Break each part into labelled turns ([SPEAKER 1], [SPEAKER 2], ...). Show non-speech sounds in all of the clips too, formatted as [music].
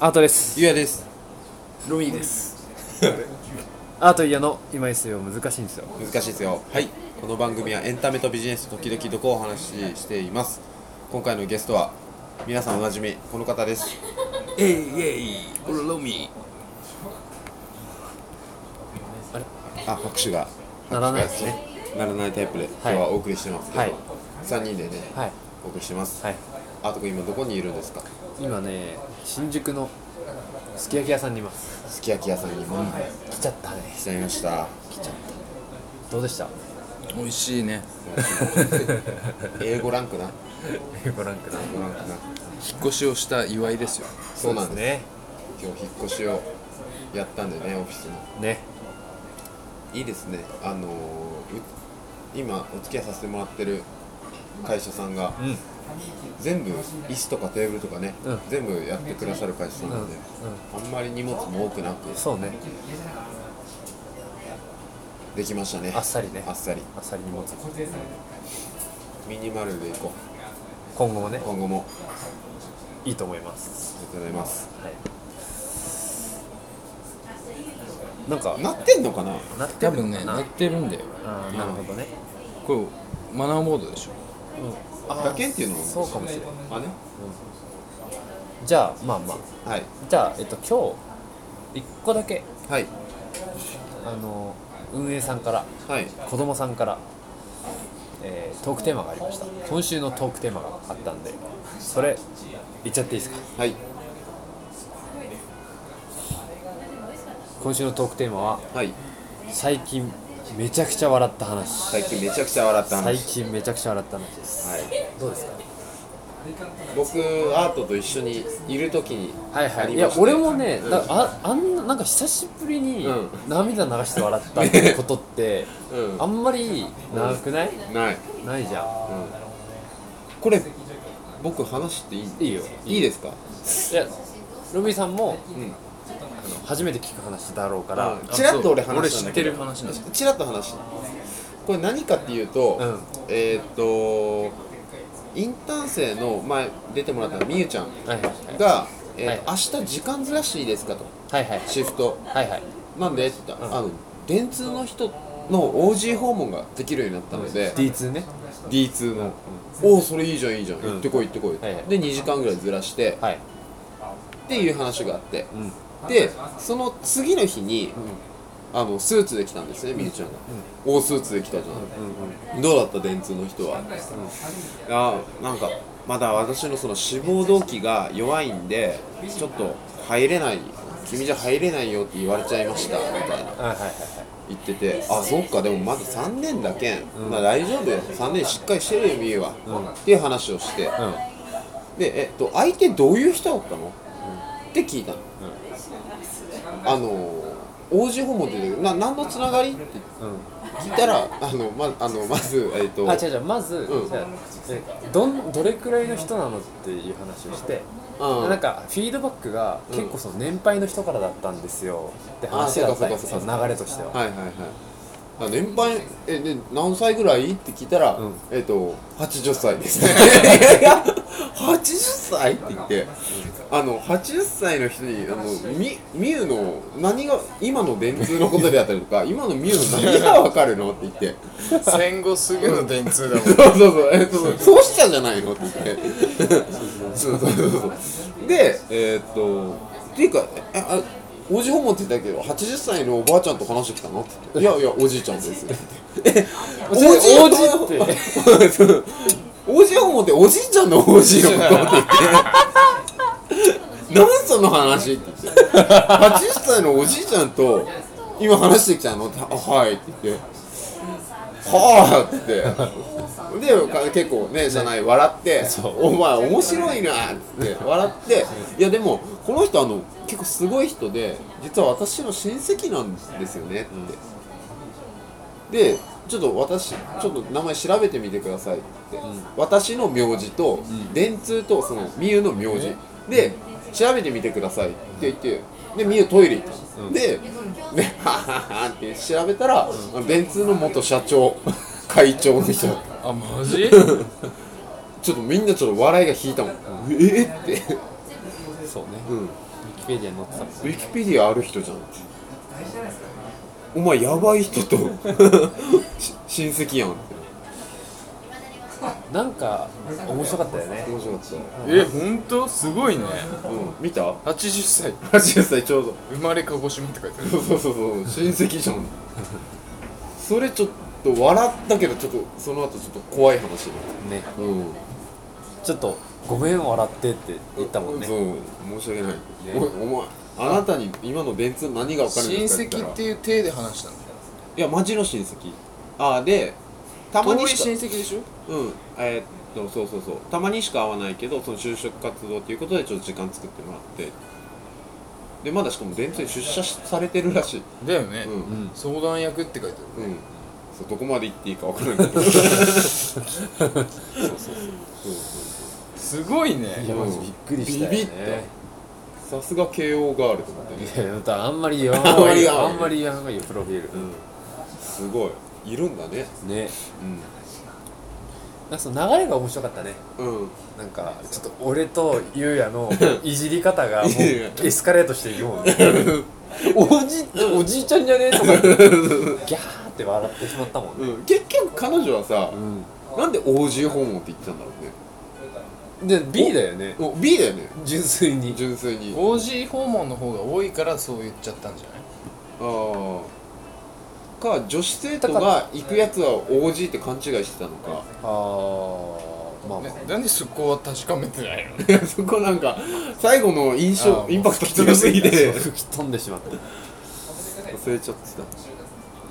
[SPEAKER 1] アートです
[SPEAKER 2] ゆうやです
[SPEAKER 1] ロビーですアートイヤの今ですよ難しいんですよ
[SPEAKER 2] 難しいですよはいこの番組はエンタメとビジネス時々どこをお話ししています今回のゲストは皆さんおなじみこの方です
[SPEAKER 3] えいえいこれロミ
[SPEAKER 2] あ拍手が
[SPEAKER 1] ならない
[SPEAKER 2] 拍手がですねならないタイプで今日はお送りしてますけど、
[SPEAKER 1] はい
[SPEAKER 2] 3人でね、
[SPEAKER 1] はい
[SPEAKER 2] お送りしてます、
[SPEAKER 1] はい
[SPEAKER 2] あとくん今どこにいるんですか
[SPEAKER 1] 今ね新宿のすき焼き屋さんにいます
[SPEAKER 2] すき焼き屋さんにも
[SPEAKER 1] 来ちゃったね
[SPEAKER 2] 来ちゃいました
[SPEAKER 1] どうでした
[SPEAKER 3] 美味しいね
[SPEAKER 2] A5 ランクな
[SPEAKER 1] [laughs] ご覧ください
[SPEAKER 2] A5 ランクな
[SPEAKER 3] 引っ越しをした祝いですよ
[SPEAKER 2] そうなんです
[SPEAKER 1] ね
[SPEAKER 2] 今日引っ越しをやったんでねオフィスに
[SPEAKER 1] ね
[SPEAKER 2] いいですねあのーう今お付き合いさせてもらってる会社さんが、
[SPEAKER 1] ん
[SPEAKER 2] 全部椅子とかテーブルとかね、
[SPEAKER 1] うん
[SPEAKER 2] 全部やってくださる会社さんなんで、
[SPEAKER 1] う
[SPEAKER 2] あんまり荷物も多くなく
[SPEAKER 1] そうね
[SPEAKER 2] できましたね
[SPEAKER 1] あっさりね
[SPEAKER 2] あっさり
[SPEAKER 1] あさり荷物
[SPEAKER 2] ミニマルでいこ
[SPEAKER 1] 今後もね
[SPEAKER 2] う今後も
[SPEAKER 1] いいと思います
[SPEAKER 2] ありがとうございます
[SPEAKER 1] はいなんか
[SPEAKER 2] なってんのかな
[SPEAKER 1] なって
[SPEAKER 3] 多
[SPEAKER 1] る
[SPEAKER 3] 分
[SPEAKER 1] の
[SPEAKER 3] ね
[SPEAKER 1] かな
[SPEAKER 3] なってるんだよ
[SPEAKER 1] あーなるほどね
[SPEAKER 3] これマナーモードでしょ
[SPEAKER 1] あー
[SPEAKER 2] 打鍵っていうのも
[SPEAKER 1] そうかもしれない
[SPEAKER 2] あね
[SPEAKER 1] じゃあまあまあ
[SPEAKER 2] はい
[SPEAKER 1] じゃあえっと今日一個だけ
[SPEAKER 2] はい
[SPEAKER 1] あの運営さんから
[SPEAKER 2] はい
[SPEAKER 1] 子供さんから、えートークテーマがありました今週のトークテーマがあったんでそれ言っちゃっていいですか
[SPEAKER 2] はい
[SPEAKER 1] 今週のトークテーマは
[SPEAKER 2] はい
[SPEAKER 1] 最近めちゃくちゃ笑った話
[SPEAKER 2] 最近めちゃくちゃ笑った話
[SPEAKER 1] 最近めちゃくちゃ笑った話です
[SPEAKER 2] はい
[SPEAKER 1] どうですか
[SPEAKER 2] 僕アートと一緒にいる時に
[SPEAKER 1] はいは
[SPEAKER 2] あ
[SPEAKER 1] い
[SPEAKER 2] り
[SPEAKER 1] いや
[SPEAKER 2] ましたね
[SPEAKER 1] 俺もね
[SPEAKER 2] うん
[SPEAKER 1] だああんななんか久しぶりに
[SPEAKER 2] うん
[SPEAKER 1] 涙流して笑ったってことって、
[SPEAKER 2] [laughs] うん
[SPEAKER 1] あんまり長くない、
[SPEAKER 2] ない、
[SPEAKER 1] ないじゃん
[SPEAKER 2] これ僕話していい
[SPEAKER 1] いいよ
[SPEAKER 2] いいですか
[SPEAKER 1] いやロビーさんも
[SPEAKER 2] うん
[SPEAKER 1] 初めて聞く話だろうから、
[SPEAKER 2] うんちらっと俺話
[SPEAKER 3] 俺
[SPEAKER 2] した
[SPEAKER 3] 知
[SPEAKER 2] ん
[SPEAKER 3] っ
[SPEAKER 2] だけ
[SPEAKER 3] て
[SPEAKER 2] ど
[SPEAKER 3] る話なんです
[SPEAKER 2] ちらっと話したこれ何かっていうと、
[SPEAKER 1] うん
[SPEAKER 2] えーっとインターン生の前出てもらったみゆちゃん
[SPEAKER 1] はいはい
[SPEAKER 2] が、えー
[SPEAKER 1] はい
[SPEAKER 2] 明日時間ずらしていいですかと
[SPEAKER 1] はいはい
[SPEAKER 2] シフト
[SPEAKER 1] はいはい
[SPEAKER 2] なんでって言ったら、
[SPEAKER 1] うん
[SPEAKER 2] あの電通の人の OG 訪問ができるようになったので、
[SPEAKER 1] D2 ね
[SPEAKER 2] D2 の、おおそれいいじゃんいいじゃん、行ってこい行ってこい、
[SPEAKER 1] はいはい
[SPEAKER 2] で2時間ぐらいずらして、
[SPEAKER 1] はい
[SPEAKER 2] っていう話があって、
[SPEAKER 1] うん
[SPEAKER 2] でその次の日に、あのスーツで来たんですねみゆちゃんが、おおスーツで来たじゃん、どうだった電通の人は、あーなんかまだ私のその志望動機が弱いんでちょっと入れない君じゃ入れないよって言われちゃいましたみたいな
[SPEAKER 1] はいはいはい
[SPEAKER 2] 言っててあそっかでもまだ3年だけん、まあ大丈夫よ3年しっかりしてるよみゆは、っていう話をして、
[SPEAKER 1] はい
[SPEAKER 2] でえっと相手どういう人だったの、って聞いたの、あの王子訪問って言うな何のつながりって
[SPEAKER 1] うんうん
[SPEAKER 2] 聞いたらあのまあのまずえっと
[SPEAKER 1] あ違う違うまず、
[SPEAKER 2] うん
[SPEAKER 1] じゃあえどんどれくらいの人なのっていう話をして、
[SPEAKER 2] うん
[SPEAKER 1] なんかフィードバックが結構その年配の人からだったんですよって話だっ
[SPEAKER 2] あそうか
[SPEAKER 1] たんよ
[SPEAKER 2] そうかそう
[SPEAKER 1] そ
[SPEAKER 2] か
[SPEAKER 1] の流れとしては、
[SPEAKER 2] はいはいはいあ年配えで何歳ぐらいって聞いたら、
[SPEAKER 1] うん
[SPEAKER 2] えっと80歳です [laughs] いやいや80歳って言ってあの80歳の人にあのみみゆの何が今の電通のことであったりとか今のみゆの何が分かるのって言って
[SPEAKER 3] 戦後すぐの電通だもん
[SPEAKER 2] そうそうそう、えっと、そうしたじゃないのって言って。そうそうそうそう。で、えーっと、っていうか、えあ、おじ訪問って言ったけど、80歳のおばあちゃんと話してきたのって言って。いやいや、おじいちゃんです。え、お
[SPEAKER 1] それおじ
[SPEAKER 2] おじって。そうおじ訪問っておじいちゃんのおじいのことって言って。何その話って言って。80歳のおじいちゃんと、今話してきたのって、あ、はいって言って。はあってでか結構ね社内笑って「お前面白いな」って笑っていやでもこの人あの結構すごい人で実は私の親戚なんですよねってでちょっと私ちょっと名前調べてみてくださいって、私の名字と、電通とそのみゆの名字で調べてみてくださいって言ってでみゆトイレ行ったの、でで「ははは」って調べたら、電通の元社長会長の人
[SPEAKER 3] [laughs] あマ [laughs] ジ
[SPEAKER 2] ちょっとみんなちょっと笑いが引いたもん、えっって
[SPEAKER 1] そうね
[SPEAKER 2] うん
[SPEAKER 1] キペディアに載ってたもん
[SPEAKER 2] ウィキペディアある人じゃんお前やばい人と [laughs] し親戚やんって
[SPEAKER 1] なんか面白かったよね
[SPEAKER 2] 面白かった
[SPEAKER 3] え本当すごいね
[SPEAKER 2] うん見た
[SPEAKER 3] 80歳
[SPEAKER 2] 80歳ちょうど
[SPEAKER 3] 生まれ鹿児島って書いてある
[SPEAKER 2] そうそうそうそう親戚じゃんそれちょっと笑ったけどちょっとその後ちょっと怖い話になっ
[SPEAKER 1] ね
[SPEAKER 2] たうん
[SPEAKER 1] ちょっとごめん笑ってって言ったもんね
[SPEAKER 2] そう申し訳ない、おいお前あなたに今の電通何が分かるん
[SPEAKER 3] 親
[SPEAKER 2] ですかって言っ
[SPEAKER 3] 戚ったて
[SPEAKER 2] ら
[SPEAKER 3] いう体で話したの
[SPEAKER 2] いやマジの親戚ああでたま
[SPEAKER 3] 遠
[SPEAKER 2] に
[SPEAKER 3] い
[SPEAKER 2] しか
[SPEAKER 3] 親戚でしょ
[SPEAKER 2] うんえーっとそうそうそうたまにしか会わないけどその就職活動っていうことでちょっと時間作ってもらってでまだしかも電通に出社しされてるらしい
[SPEAKER 3] だよね
[SPEAKER 2] うんうん、
[SPEAKER 1] ん
[SPEAKER 3] 相談役って書いてあ
[SPEAKER 2] そうどこまで行っていいか分 [laughs] からないけどそうそうそうそう
[SPEAKER 3] るすごいね
[SPEAKER 1] いやマジびっくりしたよ
[SPEAKER 2] ビビ
[SPEAKER 1] ね
[SPEAKER 2] そうさすが慶応ガールと思ってね
[SPEAKER 1] いやだからあんまり言わんほうがいい
[SPEAKER 2] あ
[SPEAKER 1] あ
[SPEAKER 2] ん
[SPEAKER 1] ん
[SPEAKER 2] ま
[SPEAKER 1] まり言わんほうがいいよプロフィール、
[SPEAKER 2] すごいいるんだね
[SPEAKER 1] ね
[SPEAKER 2] う
[SPEAKER 1] なんかその流れが面白かったね
[SPEAKER 2] んうん
[SPEAKER 1] なんかちょっと俺とゆうやの [laughs] いじり方がもう
[SPEAKER 2] いやいや
[SPEAKER 1] エスカレートしていくもんねおじおじいちゃんじゃねえとか言ってギャーって笑ってしまったもんね、
[SPEAKER 2] うん、結局彼女はさ、なんで OG 訪問って言っちゃうんだろうね
[SPEAKER 1] で B だよね
[SPEAKER 2] お B だよね
[SPEAKER 1] 純粋に
[SPEAKER 2] 純粋にあ
[SPEAKER 3] OG 訪問の方が多いからそう言っちゃったんじゃない
[SPEAKER 2] あか女子生徒が行くやつは OG って勘違いしてたのか
[SPEAKER 1] ああ
[SPEAKER 2] [laughs]
[SPEAKER 1] まあまあ
[SPEAKER 3] ね、なんでそこは確かめてないの
[SPEAKER 2] いやそこなんか最後の印
[SPEAKER 3] あ
[SPEAKER 2] 象
[SPEAKER 3] ー
[SPEAKER 2] インパクト強すぎて
[SPEAKER 1] 吹き飛んでしまった
[SPEAKER 2] 忘れちゃってたっ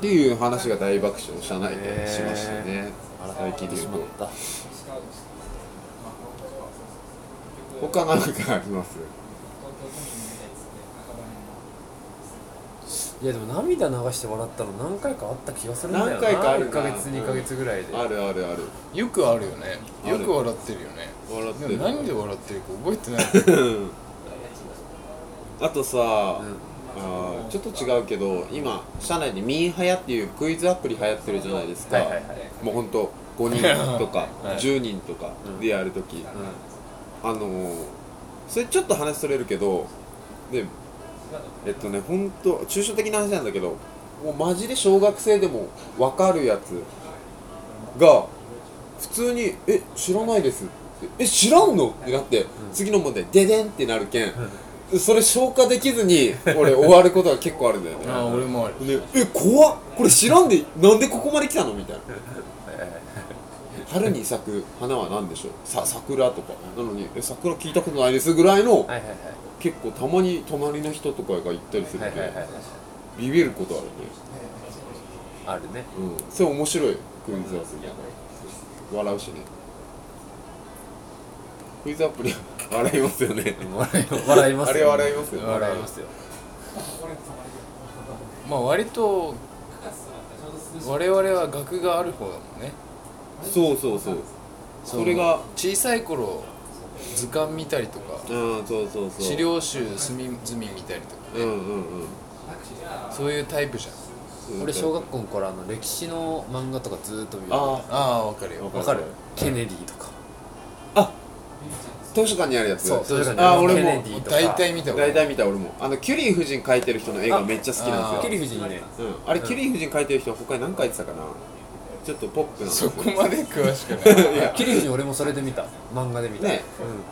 [SPEAKER 2] ていう話が大爆笑社内でしましたね最近で
[SPEAKER 1] し
[SPEAKER 2] 言
[SPEAKER 1] まっ
[SPEAKER 2] う
[SPEAKER 1] た
[SPEAKER 2] と他何かあります
[SPEAKER 1] いやでも涙流して笑ったの何回かあった気がするんだよな
[SPEAKER 2] 何回かある
[SPEAKER 1] 1
[SPEAKER 2] な
[SPEAKER 1] ヶ月2ヶ月ぐらいで、
[SPEAKER 2] あるあるある
[SPEAKER 3] [laughs] よくあるよね
[SPEAKER 2] ある
[SPEAKER 3] よく笑ってるよね
[SPEAKER 2] 笑って
[SPEAKER 3] で
[SPEAKER 2] る
[SPEAKER 3] も何で笑ってるか覚えてない
[SPEAKER 2] うんあとさ、
[SPEAKER 1] うん
[SPEAKER 2] あーちょっと違うけど今社内でミンハヤっていうクイズアプリ流行ってるじゃないですか、
[SPEAKER 1] はいはいはい
[SPEAKER 2] もうほんと5人とか
[SPEAKER 1] [laughs] はい
[SPEAKER 2] 10人とかでやると
[SPEAKER 1] う
[SPEAKER 2] き、
[SPEAKER 1] ん
[SPEAKER 2] あのー、それちょっと話それるけどでえっとねほんと抽象的な話なんだけどもうマジで小学生でも分かるやつが普通に「え知らないです」って「え知らんの?」ってなって、次の問題「ででん」ってなるけん、それ消化できずに俺終わることが結構あるんだよね
[SPEAKER 3] ああ俺もある
[SPEAKER 2] でえ怖っこれ知らんでなんでここまで来たのみたいな
[SPEAKER 1] [laughs]
[SPEAKER 2] 春に咲く花は何でしょうさ桜とかなのにえ桜聞いたことないですぐらい
[SPEAKER 1] は
[SPEAKER 2] の
[SPEAKER 1] いはい
[SPEAKER 2] 結構たまに隣の人とかが行ったりす
[SPEAKER 1] は
[SPEAKER 2] る
[SPEAKER 1] い
[SPEAKER 2] ん
[SPEAKER 1] はいはい
[SPEAKER 2] で
[SPEAKER 1] はい
[SPEAKER 2] ビビることあるね
[SPEAKER 1] あるね
[SPEAKER 2] うんそれ面白いクイズアプリ笑うしねクイズアプリ笑いますよね
[SPEAKER 1] 笑い笑いますよ
[SPEAKER 2] あれ笑いますよ
[SPEAKER 1] 笑いますよ
[SPEAKER 3] まあ割と我々は学がある方だもんね
[SPEAKER 2] そうそうそう
[SPEAKER 3] の
[SPEAKER 2] それが
[SPEAKER 3] 小さい頃図鑑見たりとか
[SPEAKER 2] うんそうそうそう
[SPEAKER 3] 資料集隅々見たりと
[SPEAKER 2] うんうんうん
[SPEAKER 3] かそういうタイプじゃん
[SPEAKER 1] 俺小学校の頃あの歴史の漫画とかずーっと見るわ
[SPEAKER 2] あ
[SPEAKER 3] ああわかるよ
[SPEAKER 2] わ
[SPEAKER 1] かるケネディとか
[SPEAKER 2] 図書館にあるやつ
[SPEAKER 1] そう図書館に
[SPEAKER 2] あ
[SPEAKER 1] あ
[SPEAKER 2] ー
[SPEAKER 1] る
[SPEAKER 2] 俺
[SPEAKER 1] ケネ
[SPEAKER 2] も
[SPEAKER 1] ディとか
[SPEAKER 3] 大体見た
[SPEAKER 2] 大体見た俺もあのキュリー夫人描いてる人の絵がめっちゃ好きなん
[SPEAKER 1] ケ
[SPEAKER 2] で
[SPEAKER 1] リフジにね
[SPEAKER 2] すよあ,、うん、あれキュリー夫人描いてる人他に何描いてたかなちょっとポップなんです
[SPEAKER 3] そ
[SPEAKER 2] よ
[SPEAKER 3] こまで詳しく
[SPEAKER 2] [laughs]
[SPEAKER 3] ない
[SPEAKER 2] いや
[SPEAKER 1] ケリフジ俺もそれで見た漫画で見た、
[SPEAKER 2] ね
[SPEAKER 1] う、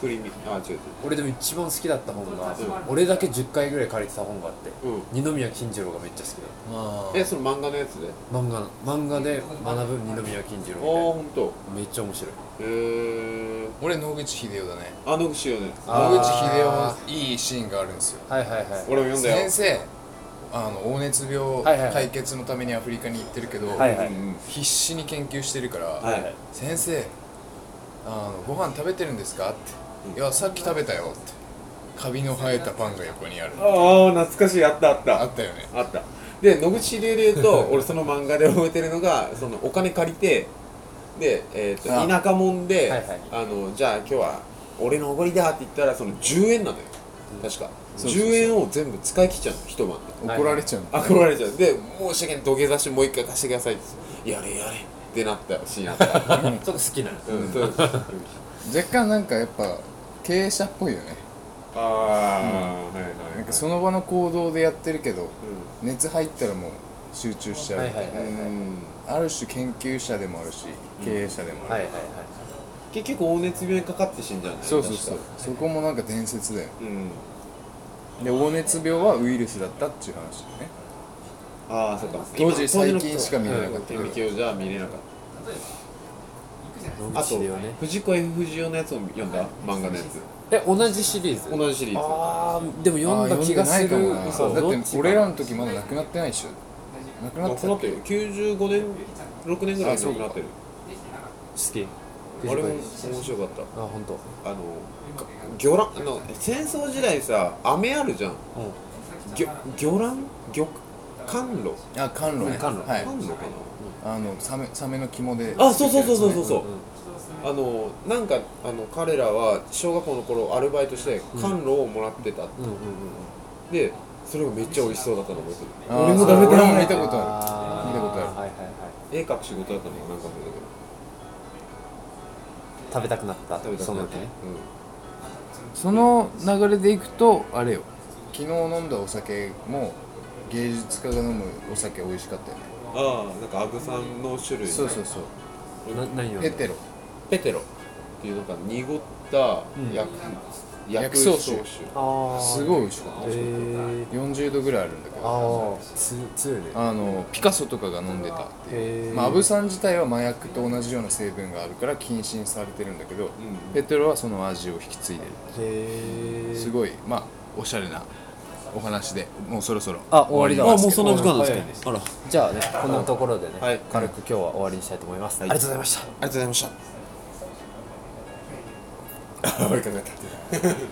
[SPEAKER 2] クリミあ違う違うん
[SPEAKER 1] 俺でも一番好きだった本が、
[SPEAKER 2] う
[SPEAKER 1] 俺だけ10回ぐらい借りてた本があって、
[SPEAKER 2] うん
[SPEAKER 1] 二宮金次郎がめっちゃ好きだった
[SPEAKER 3] あ
[SPEAKER 2] えその漫画のやつで
[SPEAKER 1] 漫画の漫画で学ぶ二宮金次
[SPEAKER 2] ああ
[SPEAKER 1] 郎
[SPEAKER 2] ほんと
[SPEAKER 1] みたいなめっちゃ面白い
[SPEAKER 2] へえ
[SPEAKER 3] 俺野口英世だね
[SPEAKER 2] あの口よね
[SPEAKER 1] あー
[SPEAKER 3] 野口英世のいいシーンがあるんですよ
[SPEAKER 1] はいはいはい
[SPEAKER 2] 俺も読んだよ
[SPEAKER 3] 先生あの黄熱病
[SPEAKER 1] はいはいはい
[SPEAKER 3] 解決のためにアフリカに行ってるけど、
[SPEAKER 1] はいはい
[SPEAKER 2] うん
[SPEAKER 3] 必死に研究してるから、
[SPEAKER 2] はいはい
[SPEAKER 3] 先生あのご飯食べてるんですか?」って「いやさっき食べたよ」ってカビの生えたパンが横にある
[SPEAKER 2] ああ懐かしいあったあった
[SPEAKER 3] あったよね
[SPEAKER 2] あったで野口流流
[SPEAKER 3] [laughs]
[SPEAKER 2] と俺その漫画で覚えてるのがそのお金借りてで、えー、と
[SPEAKER 3] あ
[SPEAKER 2] 田舎もんで、
[SPEAKER 1] はいはい
[SPEAKER 2] あのじゃあ今日は俺のおごりだって言ったらその10円なのよ確か、
[SPEAKER 3] そうそうそう
[SPEAKER 2] 10円を全部使い切っちゃうの一晩で
[SPEAKER 1] はい
[SPEAKER 3] 怒られちゃうの、
[SPEAKER 2] あ [laughs] 怒られちゃうで申し訳ない土下座してもう一回貸してくださいってやれやれってなったシーンあ
[SPEAKER 3] [laughs]
[SPEAKER 2] った、
[SPEAKER 1] ちょっと好きなの
[SPEAKER 2] うんそう
[SPEAKER 3] 若干なんかやっぱ経営者っぽいよね
[SPEAKER 2] ああ、はいはい
[SPEAKER 3] なんかその場の行動でやってるけど熱入ったらもう集中しちゃう、
[SPEAKER 1] はいはいはい
[SPEAKER 2] うんうん
[SPEAKER 3] ある種研究者でもあるし経営者でもあ
[SPEAKER 1] はい
[SPEAKER 3] る、
[SPEAKER 1] はいはい
[SPEAKER 2] 結局黄熱病にかかって死んじゃうんだよね
[SPEAKER 3] そうそうそう
[SPEAKER 2] 確か
[SPEAKER 3] そこもなんか伝説だよ
[SPEAKER 2] うん
[SPEAKER 3] で黄熱病はウイルスだったっていう話だよね
[SPEAKER 2] ああそうか
[SPEAKER 3] 当時最近しか見れなかったけど
[SPEAKER 2] 顕微鏡じゃ見れなかった
[SPEAKER 1] 野
[SPEAKER 2] あと
[SPEAKER 1] 口英世ね
[SPEAKER 2] 藤子 F 不二雄のやつを読んだ漫画のやつ
[SPEAKER 1] え同じシリーズ
[SPEAKER 2] 同じシリーズ
[SPEAKER 1] ああでも読んだ
[SPEAKER 3] あー
[SPEAKER 1] 気がする
[SPEAKER 3] 読んでないか
[SPEAKER 1] 嘘
[SPEAKER 3] もなだ
[SPEAKER 1] ど
[SPEAKER 3] っ
[SPEAKER 1] ち
[SPEAKER 3] て
[SPEAKER 1] か
[SPEAKER 3] 俺らの時まだなくなってないでしょなくな
[SPEAKER 2] な
[SPEAKER 3] って
[SPEAKER 2] くなってる95年6年ぐらい
[SPEAKER 3] あそ
[SPEAKER 2] 前
[SPEAKER 3] う
[SPEAKER 2] に
[SPEAKER 3] か
[SPEAKER 2] なってる
[SPEAKER 1] 好き
[SPEAKER 2] あれも面白かった
[SPEAKER 1] あ本当。
[SPEAKER 2] あのか魚卵あの戦争時代さ飴あるじゃん魚魚卵魚甘露
[SPEAKER 3] あ甘露ね
[SPEAKER 1] 甘露
[SPEAKER 3] はい
[SPEAKER 2] 甘露か
[SPEAKER 3] あのサメサメの肝で
[SPEAKER 2] なあそうそうそうそうそう
[SPEAKER 3] う
[SPEAKER 2] そうあのなんかあの彼らは小学校の頃アルバイトして甘露をもらってた
[SPEAKER 1] うんうんうん
[SPEAKER 2] でそれがめっちゃ美味しそうだったの覚えてる
[SPEAKER 3] 俺も
[SPEAKER 2] ダメだ
[SPEAKER 3] 俺も見たことあ
[SPEAKER 1] あー
[SPEAKER 3] 見たこと
[SPEAKER 1] はいは
[SPEAKER 3] ある
[SPEAKER 1] いはい
[SPEAKER 2] 絵描く仕事だったのかなんかもだけど
[SPEAKER 1] 食べたくなった
[SPEAKER 2] 食べた
[SPEAKER 1] そ
[SPEAKER 2] くな
[SPEAKER 1] の
[SPEAKER 2] って
[SPEAKER 1] 時ね
[SPEAKER 3] るその流れでいくとあれよ昨日飲んだお酒も芸術家が飲むお酒美味しかったよね
[SPEAKER 2] うん、ああなんかアグさんの種類
[SPEAKER 3] そうそうそう
[SPEAKER 1] な何を
[SPEAKER 3] ペテロ
[SPEAKER 2] ペテロっていうなんか濁った薬,、薬
[SPEAKER 3] 薬
[SPEAKER 2] 草
[SPEAKER 3] 草
[SPEAKER 2] 酒
[SPEAKER 3] 酒
[SPEAKER 1] ああ
[SPEAKER 3] す
[SPEAKER 1] い
[SPEAKER 3] ごい美味しかった
[SPEAKER 1] へえ
[SPEAKER 3] 40度ぐらいあるんだけ
[SPEAKER 1] あ
[SPEAKER 3] ど
[SPEAKER 1] あつ強いね
[SPEAKER 3] あのピカソとかが飲んでたってい
[SPEAKER 1] へ
[SPEAKER 3] う
[SPEAKER 1] ー
[SPEAKER 3] まあ、アブさん自体は麻薬と同じような成分があるから禁止されてるんだけど、
[SPEAKER 2] ん
[SPEAKER 3] ペテロはその味を引き継いでる
[SPEAKER 1] へえ
[SPEAKER 3] すごいまあおしゃれなお話でもうそろそろ
[SPEAKER 1] あ終わりだ
[SPEAKER 3] なんですけど
[SPEAKER 1] なんですけどあらじゃあねこんなところでね、
[SPEAKER 2] はい
[SPEAKER 1] 軽く今日は終わりにしたいと思います、ありがとうございました
[SPEAKER 2] ありがとうございました
[SPEAKER 3] [laughs] あ悪くなった